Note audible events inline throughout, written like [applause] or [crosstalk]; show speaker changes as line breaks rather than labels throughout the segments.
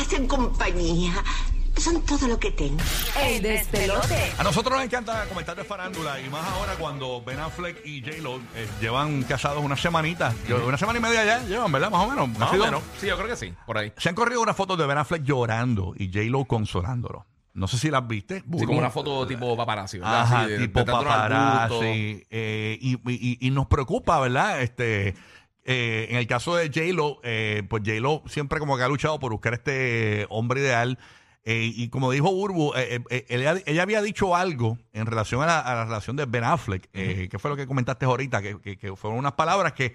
hacen compañía. Son todo lo que tengo.
El despelote.
A nosotros nos encanta comentar de farándula y más ahora cuando Ben Affleck y J-Lo eh, llevan casados unas semanitas. Yo- Una semana y media ya llevan, ¿verdad? Más o menos. Ha
Más o
sido-
menos. Sí, yo creo que sí, por ahí.
Se han corrido unas fotos de Ben Affleck llorando y J-Lo consolándolo. No sé si las viste.
Sí,
Burbu.
como una foto tipo paparazzi, ¿verdad?
Ajá,
Así de-
tipo
de tanto arbusto.
paparazzi. eh, y, y- y- y nos preocupa, ¿verdad? Este, eh, en el caso de J-Lo, eh, pues J-Lo siempre como que ha luchado por buscar este hombre ideal. eh, y como dijo Burbu, eh, eh, ella, ella había dicho algo en relación a la, a la relación de Ben Affleck, eh, que fue lo que comentaste ahorita, que, que- que fueron unas palabras que,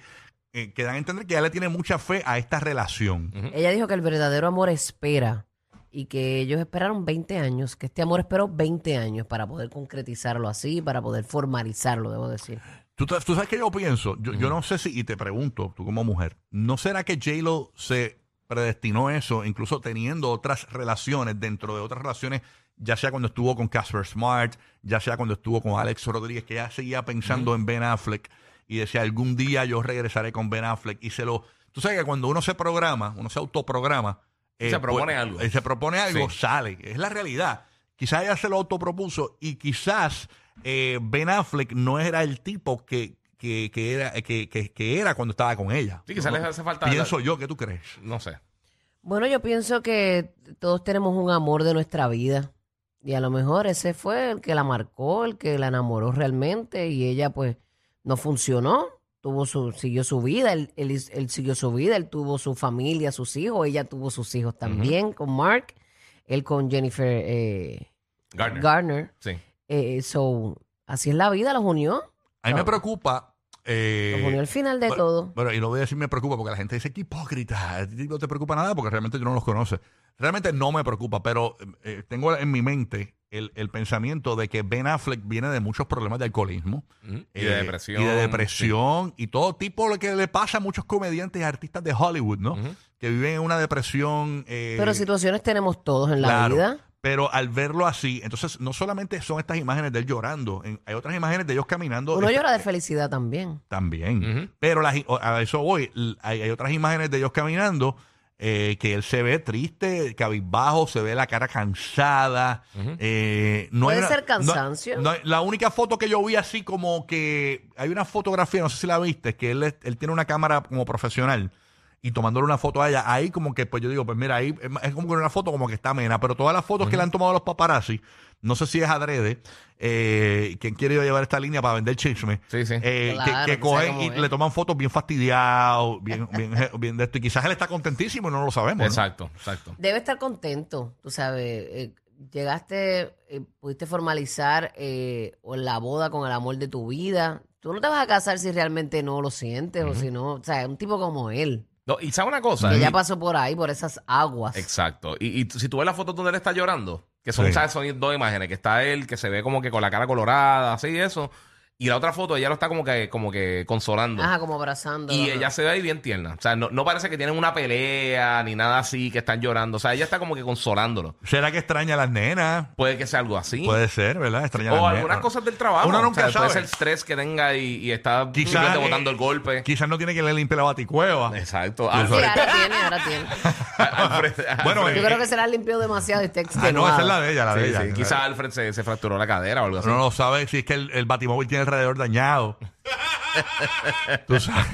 eh, que dan a entender que ella le tiene mucha fe a esta relación.
Ella dijo que el verdadero amor espera y que ellos esperaron 20 años, que este amor esperó 20 años para poder concretizarlo así, para poder formalizarlo, debo decir.
¿Tú, ta- tú sabes que yo pienso, yo,
Mm.
yo no sé si, y te pregunto, tú como mujer, ¿no será que J-Lo se predestinó eso, incluso teniendo otras relaciones dentro de otras relaciones, ya sea cuando estuvo con Casper Smart, ya sea cuando estuvo con Alex Rodríguez, que ya seguía pensando en Ben Affleck y decía, algún día yo regresaré con Ben Affleck y se lo... Tú sabes que cuando uno se programa, uno se autoprograma...
Se propone algo.
eh, se propone algo,
Sí.
sale. Es la realidad. Quizás ella se lo autopropuso y quizás eh, Ben Affleck no era el tipo que, que, que era, que, que- que era cuando estaba con ella.
Sí, quizás les hace falta-
Pienso yo, ¿qué tú crees?
No sé.
Bueno, yo pienso que todos tenemos un amor de nuestra vida y a lo mejor ese fue el que la marcó, el que la enamoró realmente y ella pues no funcionó, tuvo su, siguió su vida, él, él hiz- él siguió su vida, él tuvo su familia, sus hijos, ella tuvo sus hijos también con Mark, él con Jennifer eh,
Garner.
Garner.
sí.
Eh, so, así es la vida, los unió.
A mí me
Claro.
preocupa... eh,
Los unió al final de
bueno,
todo.
Bueno, y no voy a decir me preocupa porque la gente dice que hipócrita, a ti no te preocupa nada porque realmente tú no los conoces. Realmente no me preocupa, pero eh, tengo en mi mente el, el pensamiento de que Ben Affleck viene de muchos problemas de alcoholismo.
Ujú. Y
eh,
de depresión.
Y de depresión y todo tipo lo que le pasa a muchos comediantes y artistas de Hollywood, ¿no?
Ujú.
Que viven en una depresión. eh,
Pero situaciones tenemos todos en la
claro.
vida.
Pero al verlo así, entonces no solamente son estas imágenes de él llorando, en- hay otras imágenes de ellos caminando.
Uno
este,
llora de felicidad también.
también.
Ujú.
Pero las i- o- a eso voy. L- Hay, hay otras imágenes de ellos caminando eh, que él se ve triste, cabizbajo, se ve la cara cansada. eh, no
Puede
hay una-
ser cansancio.
no- no hay- la única foto que yo vi así como que hay una fotografía, no sé si la viste, que él, es- él tiene una cámara como profesional y tomándole una foto a ella. Ahí como que, pues yo digo, pues mira, ahí es ma- es como que una foto como que está amena, pero todas las fotos que le han tomado los paparazzi, no sé si es adrede, eh, quien quiere llevar esta línea para vender chisme,
Sí, sí.
eh, que-
Claro,
que,
que sea
cogen
como
y
es.
le toman fotos bien fastidiado, bien,
[laughs]
bien, bien de esto. Y quizás él está contentísimo y no lo sabemos. ¿no?
Exacto, exacto.
Debe estar contento, tú sabes. eh, llegaste, eh, pudiste formalizar eh, o la boda con el amor de tu vida. Tú no te vas a casar si realmente no lo sientes o si no. O sea, un tipo como él,
No, y sabe una cosa.
que
Y-
ya pasó por ahí, por esas aguas.
Exacto. Y, y tú- si tú ves la foto donde él está llorando, que son,
Sí.
¿sabes? son dos imágenes, que está él, que se ve como que con la cara colorada, así y eso. Y la otra foto, ella lo está como que, como que consolando.
Ajá, como abrazando.
Y
ajá.
ella se ve ahí bien tierna. O sea, no, no parece que tienen una pelea ni nada así, que están llorando. O sea, ella está como que consolándolo.
¿Será que extraña a las nenas?
Puede que sea algo así.
Puede ser, ¿verdad? Extraña a
o
las
algunas
nenas.
cosas del trabajo.
Uno
o
nunca
sea, Puede
sabe.
ser el estrés que tenga y, y está
Quizás,
simplemente
eh,
botando el golpe.
Quizás no tiene que le limpie la baticueva.
Exacto.
Sí,
Alfred-
ahora tiene, ahora tiene.
[laughs] Alfred-
Bueno,
Alfred-
Yo creo que se la limpió demasiado y está
Ah, no, esa es la
extenuado.
de ella, la
Sí,
de ella.
sí, Quizás Alfred se, se fracturó la cadera o algo así.
Uno no sabe si es que el, el batimóvil tiene el alrededor
[laughs]
dañado. Tú sabes.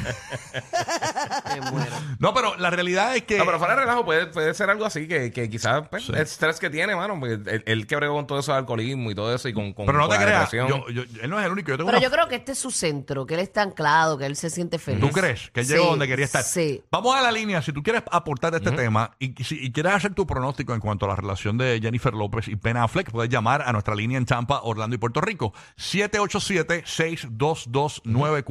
Me muero.
No, pero la realidad es que.
No, pero fuera de relajo, puede, puede ser algo así que, que quizás pues,
Sí.
el estrés que tiene, mano. porque Él, él que bregó con todo eso de alcoholismo y todo eso y con, con-
Pero no
con
te
la
creas.
depresión.
yo- yo- él no es el único. Yo tengo
Pero
una
yo creo que este es su centro, que él está anclado, que él se siente feliz.
¿Tú crees que él
Sí,
llegó donde quería estar?
Sí.
Vamos a la línea. Si tú quieres aportar este tema y, si, y quieres hacer tu pronóstico en cuanto a la relación de Jennifer López y Ben Affleck, puedes llamar a nuestra línea en Tampa, Orlando y Puerto Rico. 787-622-9470.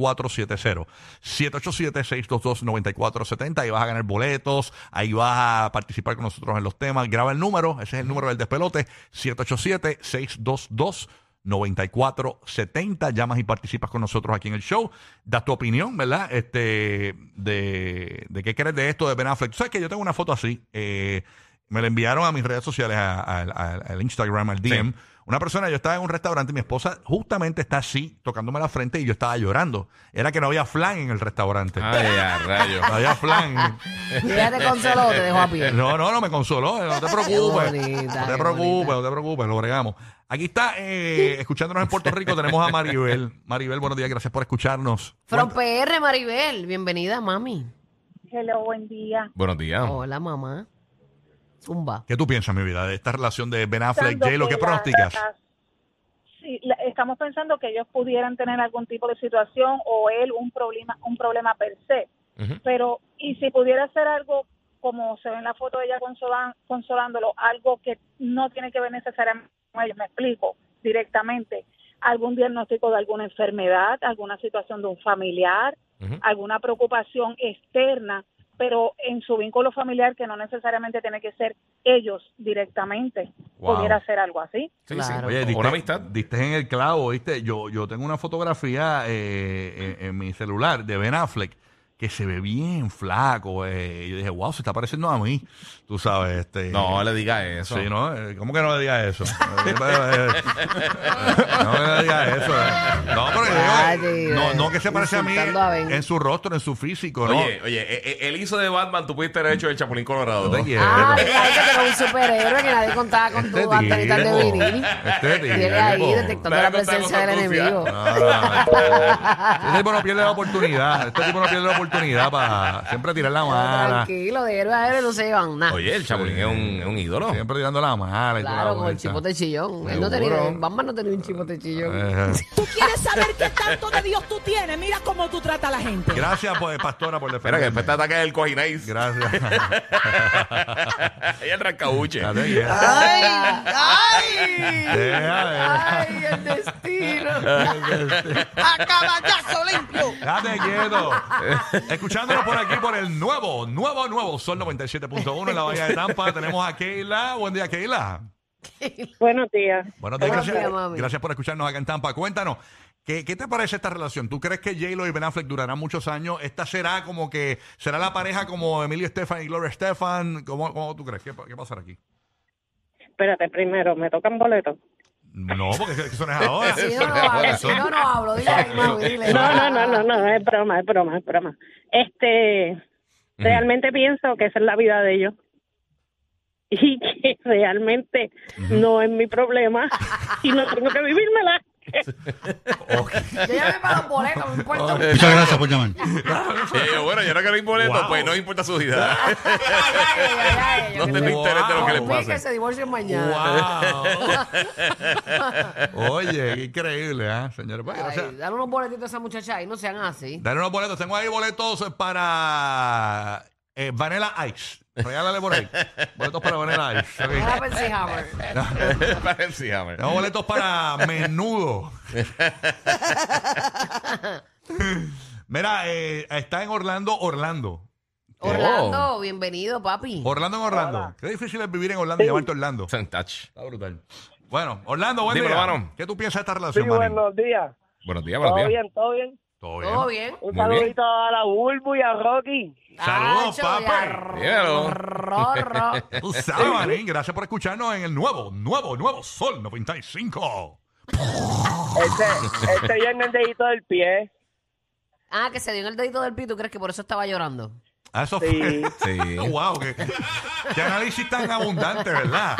787-622-9470. Ahí vas a ganar boletos, ahí vas a participar con nosotros en los temas. Graba el número, ese es el número del despelote. 787-622-9470. 9470. Llamas y participas con nosotros aquí en el show. Das tu opinión, ¿verdad? Este, de, de qué crees de esto de Ben Affleck. Tú sabes que yo tengo una foto así. eh, me la enviaron a mis redes sociales, a- a- a- al Instagram, al DM. Una persona, yo estaba en un restaurante y mi esposa justamente está así, tocándome la
Ah.
frente y yo estaba llorando. Era que no había flan en el restaurante. [laughs]
Ay, a rayo.
No había flan.
Fíjate consoló, te dejo a pie.
[laughs] No, no, no me consoló. eh, No te
Qué
preocupes.
bonita,
No te
qué
preocupes,
bonita.
no te preocupes, lo bregamos. Aquí está, eh, escuchándonos en Puerto Rico, tenemos a Maribel. Maribel, buenos días, gracias por escucharnos.
From PR, Maribel. Bienvenida, mami.
Hello, buen día.
Buenos días.
Hola, mamá. Zumba.
¿Qué tú piensas, mi vida, de esta relación de Ben Affleck,
Pensando
J-Lo? ¿Qué
que la-
pronosticas?
la- sí, la- estamos pensando que ellos pudieran tener algún tipo de situación o él un problema, un problema per se.
Ujú.
Pero, y si pudiera ser algo, como se ve en la foto de ella consolan- consolándolo, algo que no tiene que ver necesariamente con ellos, me explico directamente. Algún diagnóstico de alguna enfermedad, alguna situación de un familiar,
Ujú.
alguna preocupación externa, pero en su vínculo familiar que no necesariamente tiene que ser ellos directamente,
Wow.
pudiera ser algo así.
Sí, sí.
Claro.
Oye,
diste-
una amistad.
Diste en el clavo, ¿viste? Yo, yo tengo una fotografía eh, en, en mi celular de Ben Affleck que se ve bien flaco. eh. Y yo dije, wow, se está pareciendo a mí. Tú sabes, este.
No le diga eso.
Sí, ¿no? Eh, ¿Cómo que no le digas eso? Eh, eh, eh, no que le digas eso. eh. No, pero
Ay,
yo digo, no, no que se parece a mí
insultando a Ben.
en su rostro, en su físico, ¿no?
Oye, oye, e- e- el hizo de Batman, tú pudiste haber hecho el Chapulín Colorado.
No te quiero.
Ah, claro que tú eres un superhéroe que nadie contaba con
Este
tu baterita de
tipo,
vinil.
este
Tiene ahí
tipo.
detectando
Nadie contaba
la presencia
con
del
tu sucia.
enemigo.
No, no, no. Ah, Este tipo no pierde la oportunidad. Este tipo no pierde la oportunidad para siempre tirar la mala.
Tranquilo, de héroe a héroe no se llevan nada.
Oye, el Chapulín es, un, es un ídolo.
Siempre tirando la mala y toda la Eh,
Claro, con el
vuelta.
chipote chillón. Él no
Seguro.
tenía, Bamba no tenía un chipote chillón.
Eh,
Tú quieres saber qué tanto de Dios tú tienes. Mira cómo tú tratas a la gente.
gracias, pues, pastora, por
Espera, que
defenderme.
después te ataca el cojinais.
Gracias.
[laughs] Ahí el rascabuche.
Ya te quiero.
¡Ay! ¡Ay!
Deja,
¡Ay, el destino!
deja.
A caballazo limpio.
Date quieto. Escuchándonos por aquí por el nuevo, nuevo, nuevo Sol 97.1 en la Bahía de Tampa. Tenemos a Keila. Buen día, Keila.
Buenos días.
Buenos días,
Buenos
gracias,
días, mami.
gracias por escucharnos acá en Tampa. Cuéntanos, ¿qué, qué te parece esta relación? ¿Tú crees que J-Lo y Ben Affleck durarán muchos años? ¿Esta será como que, será la pareja como Emilio Estefan y Gloria Estefan? ¿Cómo, cómo tú crees? ¿Qué, pa- qué pasará aquí?
Espérate, primero, ¿me tocan boletos?
No, porque es que eso no es ahora.
Si no, no hablo, si no, no hablo. Dile ahí, mami, dile.
No, no, no, no, no, es broma, es broma, es broma. Este, realmente pienso que esa es la vida de ellos y que realmente no es mi problema y no tengo que vivírmela.
Yo ya me pago boleto, me importa un
Muchas gracias por llamar.
Y yo, bueno, yo no quiero ir boleto,
Wow.
pues no importa
[laughs]
su vida. No
No
tengo interés de lo que les
Wow.
pase.
eh. que se divorcien mañana.
¡Wow! Oye, qué increíble, ¿eh, señores? Pues,
Ay,
gracias.
dale unos boletitos a esa muchacha y no sean así.
Dale unos boletos. Tengo ahí boletos para eh, Vanilla Ice. Regálale por ahí. Boletos para Vanilla Ice. Ok.
Ahora pensé, Hammer.
Para encima.
Tengo boletos para menudo. Mira, eh, está en Orlando, Orlando.
Orlando, bienvenido, papi.
Orlando en Orlando. Qué difícil es vivir en Orlando y llamarte Orlando.
Sen touch.
Está brutal. Bueno, Orlando, buen
Dímelo,
día.
mano.
¿Qué tú piensas de esta
Sí,
relación, Manny?
buenos días.
Buenos días,
¿Todo
buenos días.
bien? ¿Todo bien?
Todo bien.
¿Todo bien?
Un
Muy bien.
saludito a la Bulbu y a Rocky.
Saludos,
Acho,
papi.
ya, ro-
Dímelo.
ro- ro.
Tú sabes, Manín, gracias por escucharnos en el nuevo, nuevo, nuevo Sol 95.
Este,
[laughs]
este viene el dedito del pie.
Ah, que se dio en el dedito del pito, ¿crees que por eso estaba llorando?
Ah, Eso
Sí.
fue.
Sí.
Wow, qué, qué análisis tan abundante, ¿verdad?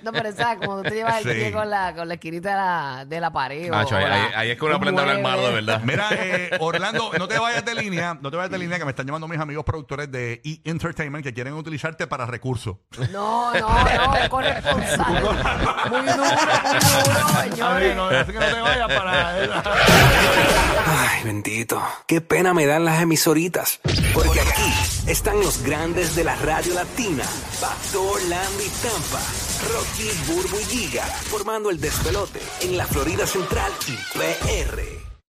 No, pero sabes, como tú te llevas el
Sí.
pie con la, con la esquinita de la, de la pared. o-
Nacho, ahí,
o la-
ahí- ahí es que uno
un
aprende a hablar
mueble.
malo, de verdad.
Mira, eh, Orlando, no te vayas de línea, no te vayas de línea, que me están llamando mis amigos productores de E! Entertainment que quieren utilizarte para recursos.
No, no,
[laughs]
no, corresponsal. muy duro, muy duro,
Ay,
señores.
no, así que no te vayas para...
Ay, bendito. Qué pena me dan las emisoritas. Porque aquí están los grandes de la radio latina. Pastor Landy Tampa, Rocky Burbu y Giga, formando el despelote en la Florida Central y PR.